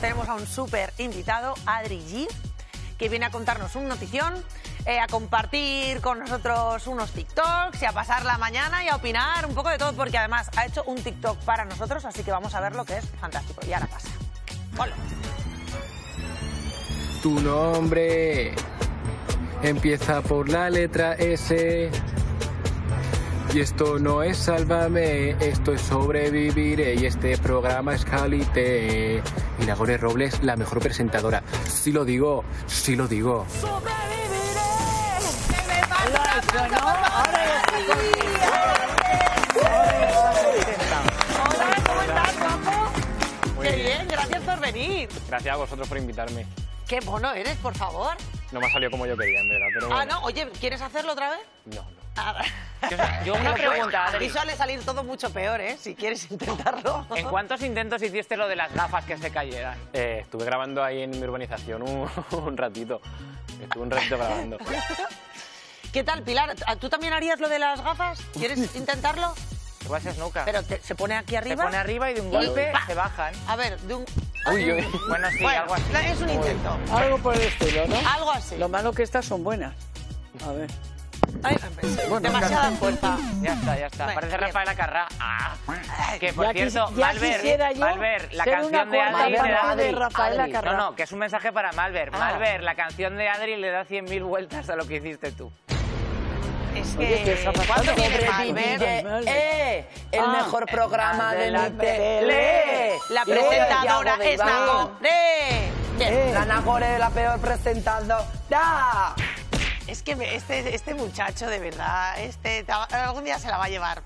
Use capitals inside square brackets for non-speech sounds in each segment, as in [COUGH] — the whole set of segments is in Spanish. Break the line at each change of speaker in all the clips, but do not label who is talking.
tenemos a un súper invitado, Adri G, que viene a contarnos un notición, eh, a compartir con nosotros unos TikToks y a pasar la mañana y a opinar un poco de todo, porque además ha hecho un TikTok para nosotros, así que vamos a ver lo que es fantástico. Y ahora pasa. Hola.
Tu nombre empieza por la letra S. Y esto no es sálvame, esto es sobreviviré. Y este programa es Calité. Y Nagore Robles, la mejor presentadora. Sí lo digo, sí lo digo.
Hola, ¿cómo estás, guapo?
Muy
Qué
bien.
bien, gracias por venir.
Gracias a vosotros por invitarme.
Qué bueno eres, por favor.
No me ha salido como yo quería, en verdad, pero
Ah,
bueno.
no, oye, ¿quieres hacerlo otra vez?
No, no.
Ah. [LAUGHS]
Yo una pregunta,
A ti
Adri.
suele salir todo mucho peor, ¿eh? Si quieres intentarlo.
¿En cuántos intentos hiciste lo de las gafas que se cayeran?
Eh, estuve grabando ahí en mi urbanización un, [LAUGHS] un ratito. Estuve un ratito grabando.
¿Qué tal, Pilar? Ah, ¿Tú también harías lo de las gafas?
[LAUGHS]
¿Quieres intentarlo?
Igual se nunca.
Pero te- se pone aquí
Se
arriba.
pone arriba y de un golpe
¡pa!
se bajan.
A ver, de un...
Uy, uy.
Bueno, sí,
Bueno,
algo así.
es un intento.
Algo por el estilo, ¿no?
Algo así.
Lo malo que estas son buenas. A ver.
Ay, demasiada fuerza.
Ya está, ya está.
Bueno,
Parece
bien.
Rafaela Carrá. Ah, que por
Ya
cierto,
quisi- ya quisiera
Malver,
yo
Malver, la
ser
canción
una
de
cuarta
Adri le da...
parte de Ah. Rafaela
Adri.
Carrá.
No, no, que es un mensaje para Malver. Malver, la canción de Adri le da 100.000 vueltas a lo que hiciste tú.
Es
Oye, que
que...
zapatero,
¿Cuánto tiene
hombre, DJ.
Malver?
¡Eh! El
Ah.
mejor programa de
la
la
tele.
tele.
La
Y luego de
presentadora
Yago de
es
Iván.
Nagore. Bien.
Eh.
La Nagore, la peor presentadora.
Es que me- este, este muchacho, de verdad, este ta- algún día se la va a
[LAUGHS]
llevar.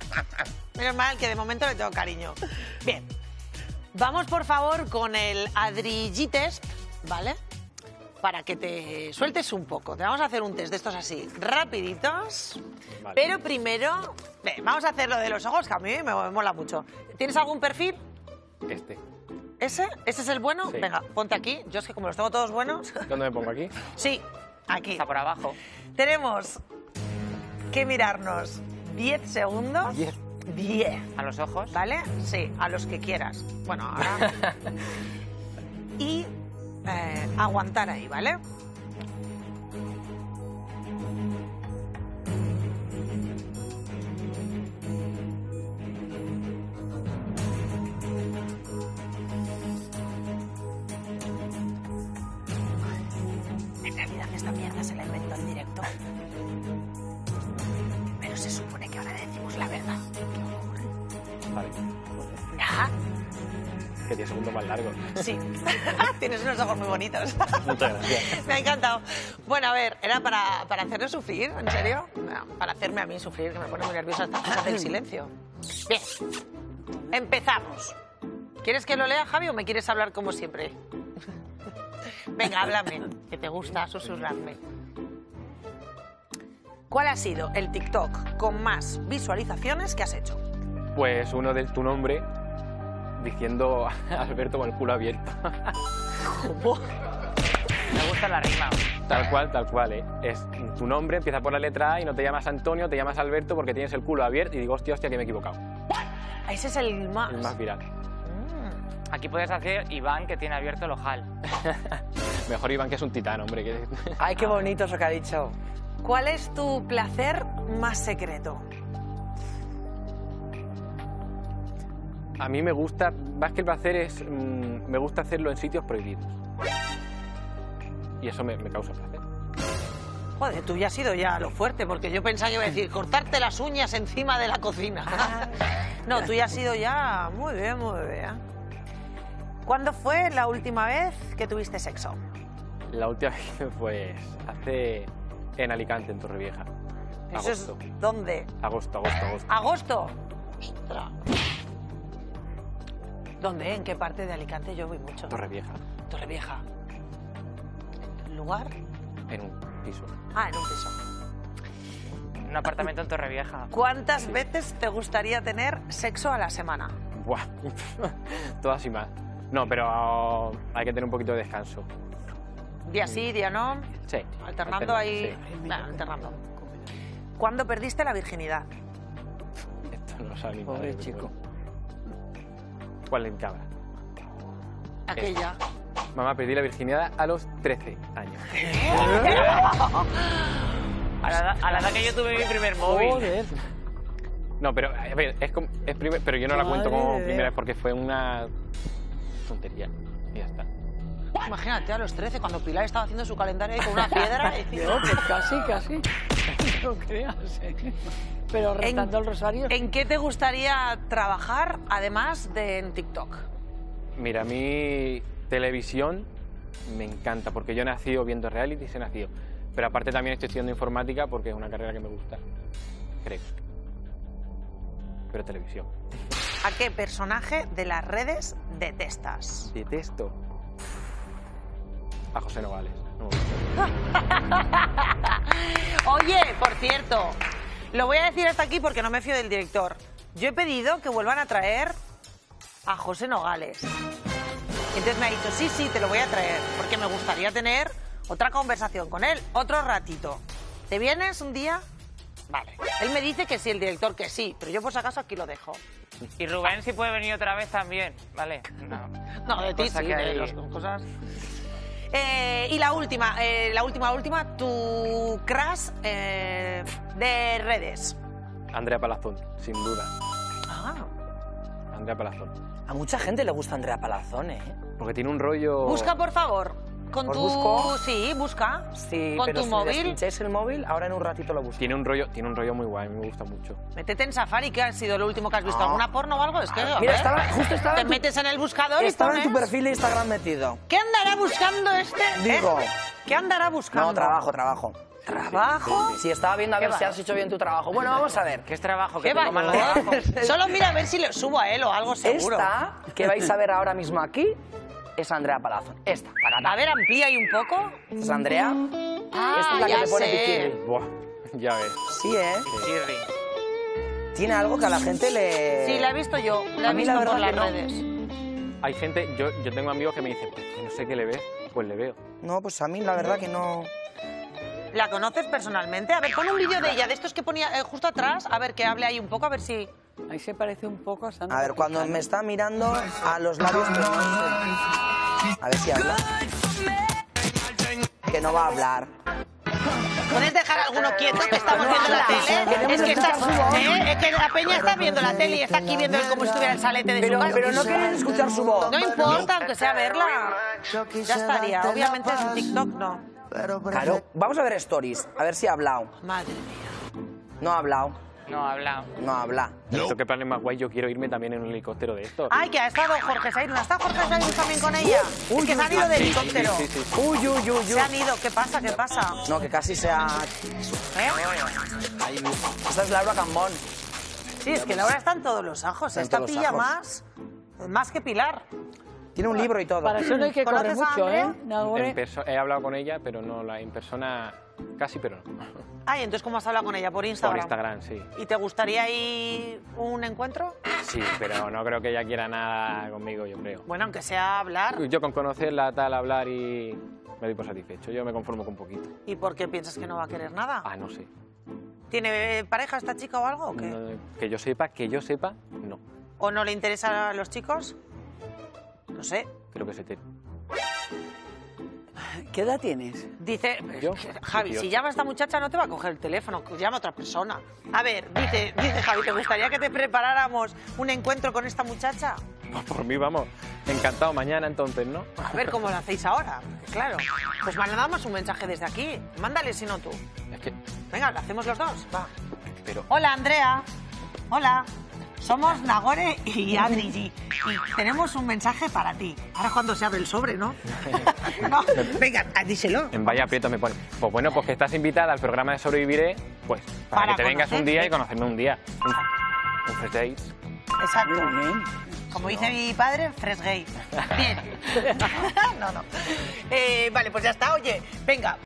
Menos mal que de momento le tengo cariño. Bien, vamos por favor con el Adrigi test, ¿vale? Para que te sueltes un poco. Te vamos a hacer un test de estos así, rapiditos.
Vale.
Pero primero, ve, vamos a hacer lo de los ojos, que a mí me mola mucho. ¿Tienes algún perfil?
Este.
¿Ese? ¿Ese es el bueno?
Sí.
Venga, ponte aquí. Yo es que como los tengo todos buenos.
[LAUGHS] ¿Dónde me pongo aquí?
sí, aquí.
Está por abajo.
Tenemos que mirarnos 10 segundos. 10. 10,
A los ojos.
¿vale? Sí, a los que quieras. Bueno, ahora. y eh, aguantar ahí, ¿vale? En realidad esta mierda se la inventó en directo. Pero se supone que ahora decimos la verdad.
Vale.
Ya.
Que 10 segundos más largo. [LAUGHS]
Sí. [LAUGHS] Tienes unos ojos muy bonitos. [LAUGHS]
Muchas gracias.
Me ha encantado. Bueno, a ver, ¿era para, para hacernos sufrir? ¿En serio? No, para hacerme a mí sufrir, que me pone muy nerviosa esta cosa del silencio. Bien, empezamos. ¿Quieres que lo lea, Javi, o me quieres hablar como siempre? [LAUGHS] Venga, háblame, que te gusta susurrarme. ¿Cuál ha sido el TikTok con más visualizaciones que has hecho?
Pues uno de tu nombre diciendo a Alberto con el culo abierto.
Me gusta la rima.
Tal cual, tal cual, ¿eh? Es tu nombre, empieza por la letra A y no te llamas Antonio, te llamas Alberto porque tienes el culo abierto y digo, hostia, hostia, que me he equivocado.
Ah, Ese es el más.
El más viral.
Mm.
Aquí puedes hacer Iván que tiene abierto el ojal.
Mejor Iván que es un titán, hombre. Que... [LAUGHS]
Ay, qué bonito eso que ha dicho.
¿Cuál es tu placer más secreto?
A mí me gusta, más que el placer es, mm, me gusta hacerlo en sitios prohibidos. Y eso me, me causa placer.
Joder, tú ya has ido ya a lo fuerte, porque yo pensaba que iba a decir cortarte las uñas encima de la cocina. No, tú ya has ido ya muy bien, muy bien. ¿Cuándo fue la última vez que tuviste sexo?
La última [LAUGHS] vez, pues, hace en Alicante, en Torrevieja.
Eso es-
Agosto.
¿Dónde?
Agosto, agosto, agosto.
¿Agosto? Ostras. ¿Dónde? ¿En qué parte de Alicante? Yo voy mucho.
Torrevieja,
Torrevieja. ¿Lugar?
en un piso.
Ah, en un piso.
Un apartamento en Torrevieja.
¿Cuántas veces te gustaría tener sexo a la semana?
Buah, [LAUGHS] todas y más. No, pero hay que tener un poquito de descanso.
Día sí, día no.
Sí.
Alternando ahí.
sí.
Claro, alternando. ¿Cuándo perdiste la virginidad?
Esto no lo sabe ni
Pobre
madre, pero
chico.
bueno. ¿Cuál le cabra?
Aquella.
Mamá, perdí la virginidad a los 13
[LAUGHS]
años.
A la, edad- a la edad que yo tuve mi primer móvil.
Joder.
No, pero a ver, es, com- es primer- pero yo no la cuento
Madre
como
de
primera
Dios.
porque fue una tontería. Y ya está.
Imagínate a los 13, cuando Pilar estaba haciendo su calendario ahí con [LAUGHS] una piedra. y-
Yo, pues casi, casi. [LAUGHS] No creas. ¿eh? Pero rezando el rosario.
¿En qué te gustaría trabajar, además de en TikTok?
Mira, a mí televisión me encanta porque yo he nacido viendo reality, he nacido. Pero aparte también estoy estudiando informática porque es una carrera que me gusta. Creo. Pero televisión.
¿A qué personaje de las redes detestas?
Detesto a José Nogales. No me gusta.
Oye, por cierto, lo voy a decir hasta aquí porque no me fío del director. Yo he pedido que vuelvan a traer a José Nogales. Entonces me ha dicho, sí, sí, te lo voy a traer, porque me gustaría tener otra conversación con él, otro ratito. ¿Te vienes un día? Vale. Él me dice que sí, el director que sí, pero yo por si acaso aquí lo dejo.
Y Rubén si puede venir otra vez también, ¿vale? No.
No, de ti
Cosa
sí,
que
de
hay.
los- con cosas. Eh, y la última, eh, la última, última, tu crush eh, de redes.
Andrea Palazón, sin duda.
Ah.
Andrea Palazón.
A mucha gente le gusta Andrea Palazón, ¿eh?
Porque tiene un rollo.
Busca, por favor. Con
¿Os
tu.
busco?
Sí, busca.
Sí,
con
pero
tu
si
móvil.
despincháis el móvil, ahora en un ratito lo busco.
Tiene un rollo, tiene un rollo muy guay, me gusta mucho.
Métete en Safari, que ha sido lo último que has visto. ¿Alguna porno o algo? Es que. a
Ah. Mira,
ver,
estaba- justo estaba
Te
en tu-
metes en el buscador
Estaba
y
en
pones.
tu perfil de Instagram metido.
¿Qué andará buscando este? eh?
Digo.
¿Qué andará buscando?
No, trabajo, trabajo.
¿Trabajo?
Sí, estaba viendo a
¿Qué
ver si
va?
has hecho bien tu trabajo. Bueno, vamos a ver.
[LAUGHS]
¿Qué es trabajo?
¿Qué
que te coman los
valor?
trabajos.
[LAUGHS] Solo mira a ver si le subo a él o algo seguro.
Esta que vais a ver ahora mismo aquí es Andrea Palazón. Esta, tacata.
A ver, amplía ahí un poco.
Esta es Andrea.
Ah,
esta es la
ya
que te pone
sé.
bikini.
Buah, [LAUGHS] ya ves.
Sí, ¿eh?
Chirri.
Tiene algo que a la gente le...
Sí, la he visto yo. La
A
he
mí
visto
la
por
verdad
las
que no.
redes.
Hay gente, yo, yo tengo amigos que me dicen, "Pues, no sé qué le ves, pues le veo.
No, pues a mí la verdad que no...
¿La conoces personalmente? A ver, pon un vídeo de ella, de estos que ponía eh, justo atrás. A ver, que hable ahí un poco, a ver si...
Ahí se parece un poco a Sandra.
A ver, cuando me está mirando a los labios... pues no sé. A ver si habla. Que no va a hablar.
¿Puedes dejar a alguno quieto que estamos viendo la tele? Es que, está, ¿eh? es que la peña está viendo la tele y está aquí viendo él como si estuviera el salete de
Pero,
su casa.
pero no queréis escuchar su voz.
No importa, aunque sea verla. Ya estaría. Obviamente es un TikTok, no.
Claro, vamos a ver stories. A ver si ha hablado.
Madre mía.
No ha hablado.
No, ha hablado.
No habla.
Esto que planes más guay, yo quiero irme también en un helicóptero de esto.
Ay, que ha estado Jorge Sainz. ¿No está Jorge Sainz también con ella? Es que se han ido de helicóptero.
Sí, sí, sí.
Uy, uy, uy,
Se han ido. ¿Qué pasa? ¿Qué pasa?
No, que casi sea...
¿Eh?
Ay, Esta es Laura Cambón.
Sí, es que Laura está en todos los ajos.
Está en
Esta
todos los
pilla
ajos.
más, más que Pilar.
Tiene un libro y todo.
Para eso no hay que correr
¿Conoces a
mucho, ¿eh?
Andrea?
En
Nahore.
perso- he hablado con ella, pero no la en persona casi, pero no.
Ay, entonces, ¿cómo has hablado con ella? Por Instagram.
Por Instagram, sí.
¿Y te gustaría ir un encuentro?
Sí, pero no creo que ella quiera nada conmigo, yo creo.
Bueno, aunque sea hablar.
Yo con conocerla, tal, hablar y me doy por satisfecho. Yo me conformo con poquito.
¿Y por qué piensas que no va a querer nada?
Ah, no sé.
¿Tiene eh, pareja esta chica o algo o qué?
No, que yo sepa, que yo sepa, no.
¿O no le interesa a los chicos? No sé.
Creo que se te... [LAUGHS]
¿Qué edad tienes?
Dice,
¿Yo?
Javi, si
18.
llama a esta muchacha no te va a coger el teléfono, que llama a otra persona. A ver, dice, dice Javi, ¿te gustaría que te preparáramos un encuentro con esta muchacha?
Por mí, vamos. Encantado mañana, entonces, ¿no?
A ver cómo lo hacéis ahora, porque claro. Pues mandamos un mensaje desde aquí. Mándale si no tú.
Es que...
Venga, lo hacemos los dos. Va.
Pero...
Hola, Andrea. Hola. Somos Nagore y Adri G. Y tenemos un mensaje para ti. Ahora cuando se abre el sobre, ¿no? [LAUGHS] No, Venga, díselo.
En vaya aprieto me pone. Pues bueno, pues que estás invitada al programa de Sobreviviré, pues para,
Para
que te vengas un
conocerme.
día y conocerme un día. Un- Un first date.
Exacto.
Muy bien.
¿eh?
Como dice mi padre, fresh
[LAUGHS]
[LAUGHS] gay. Bien. No, no. Eh, vale, pues ya está. Oye, venga,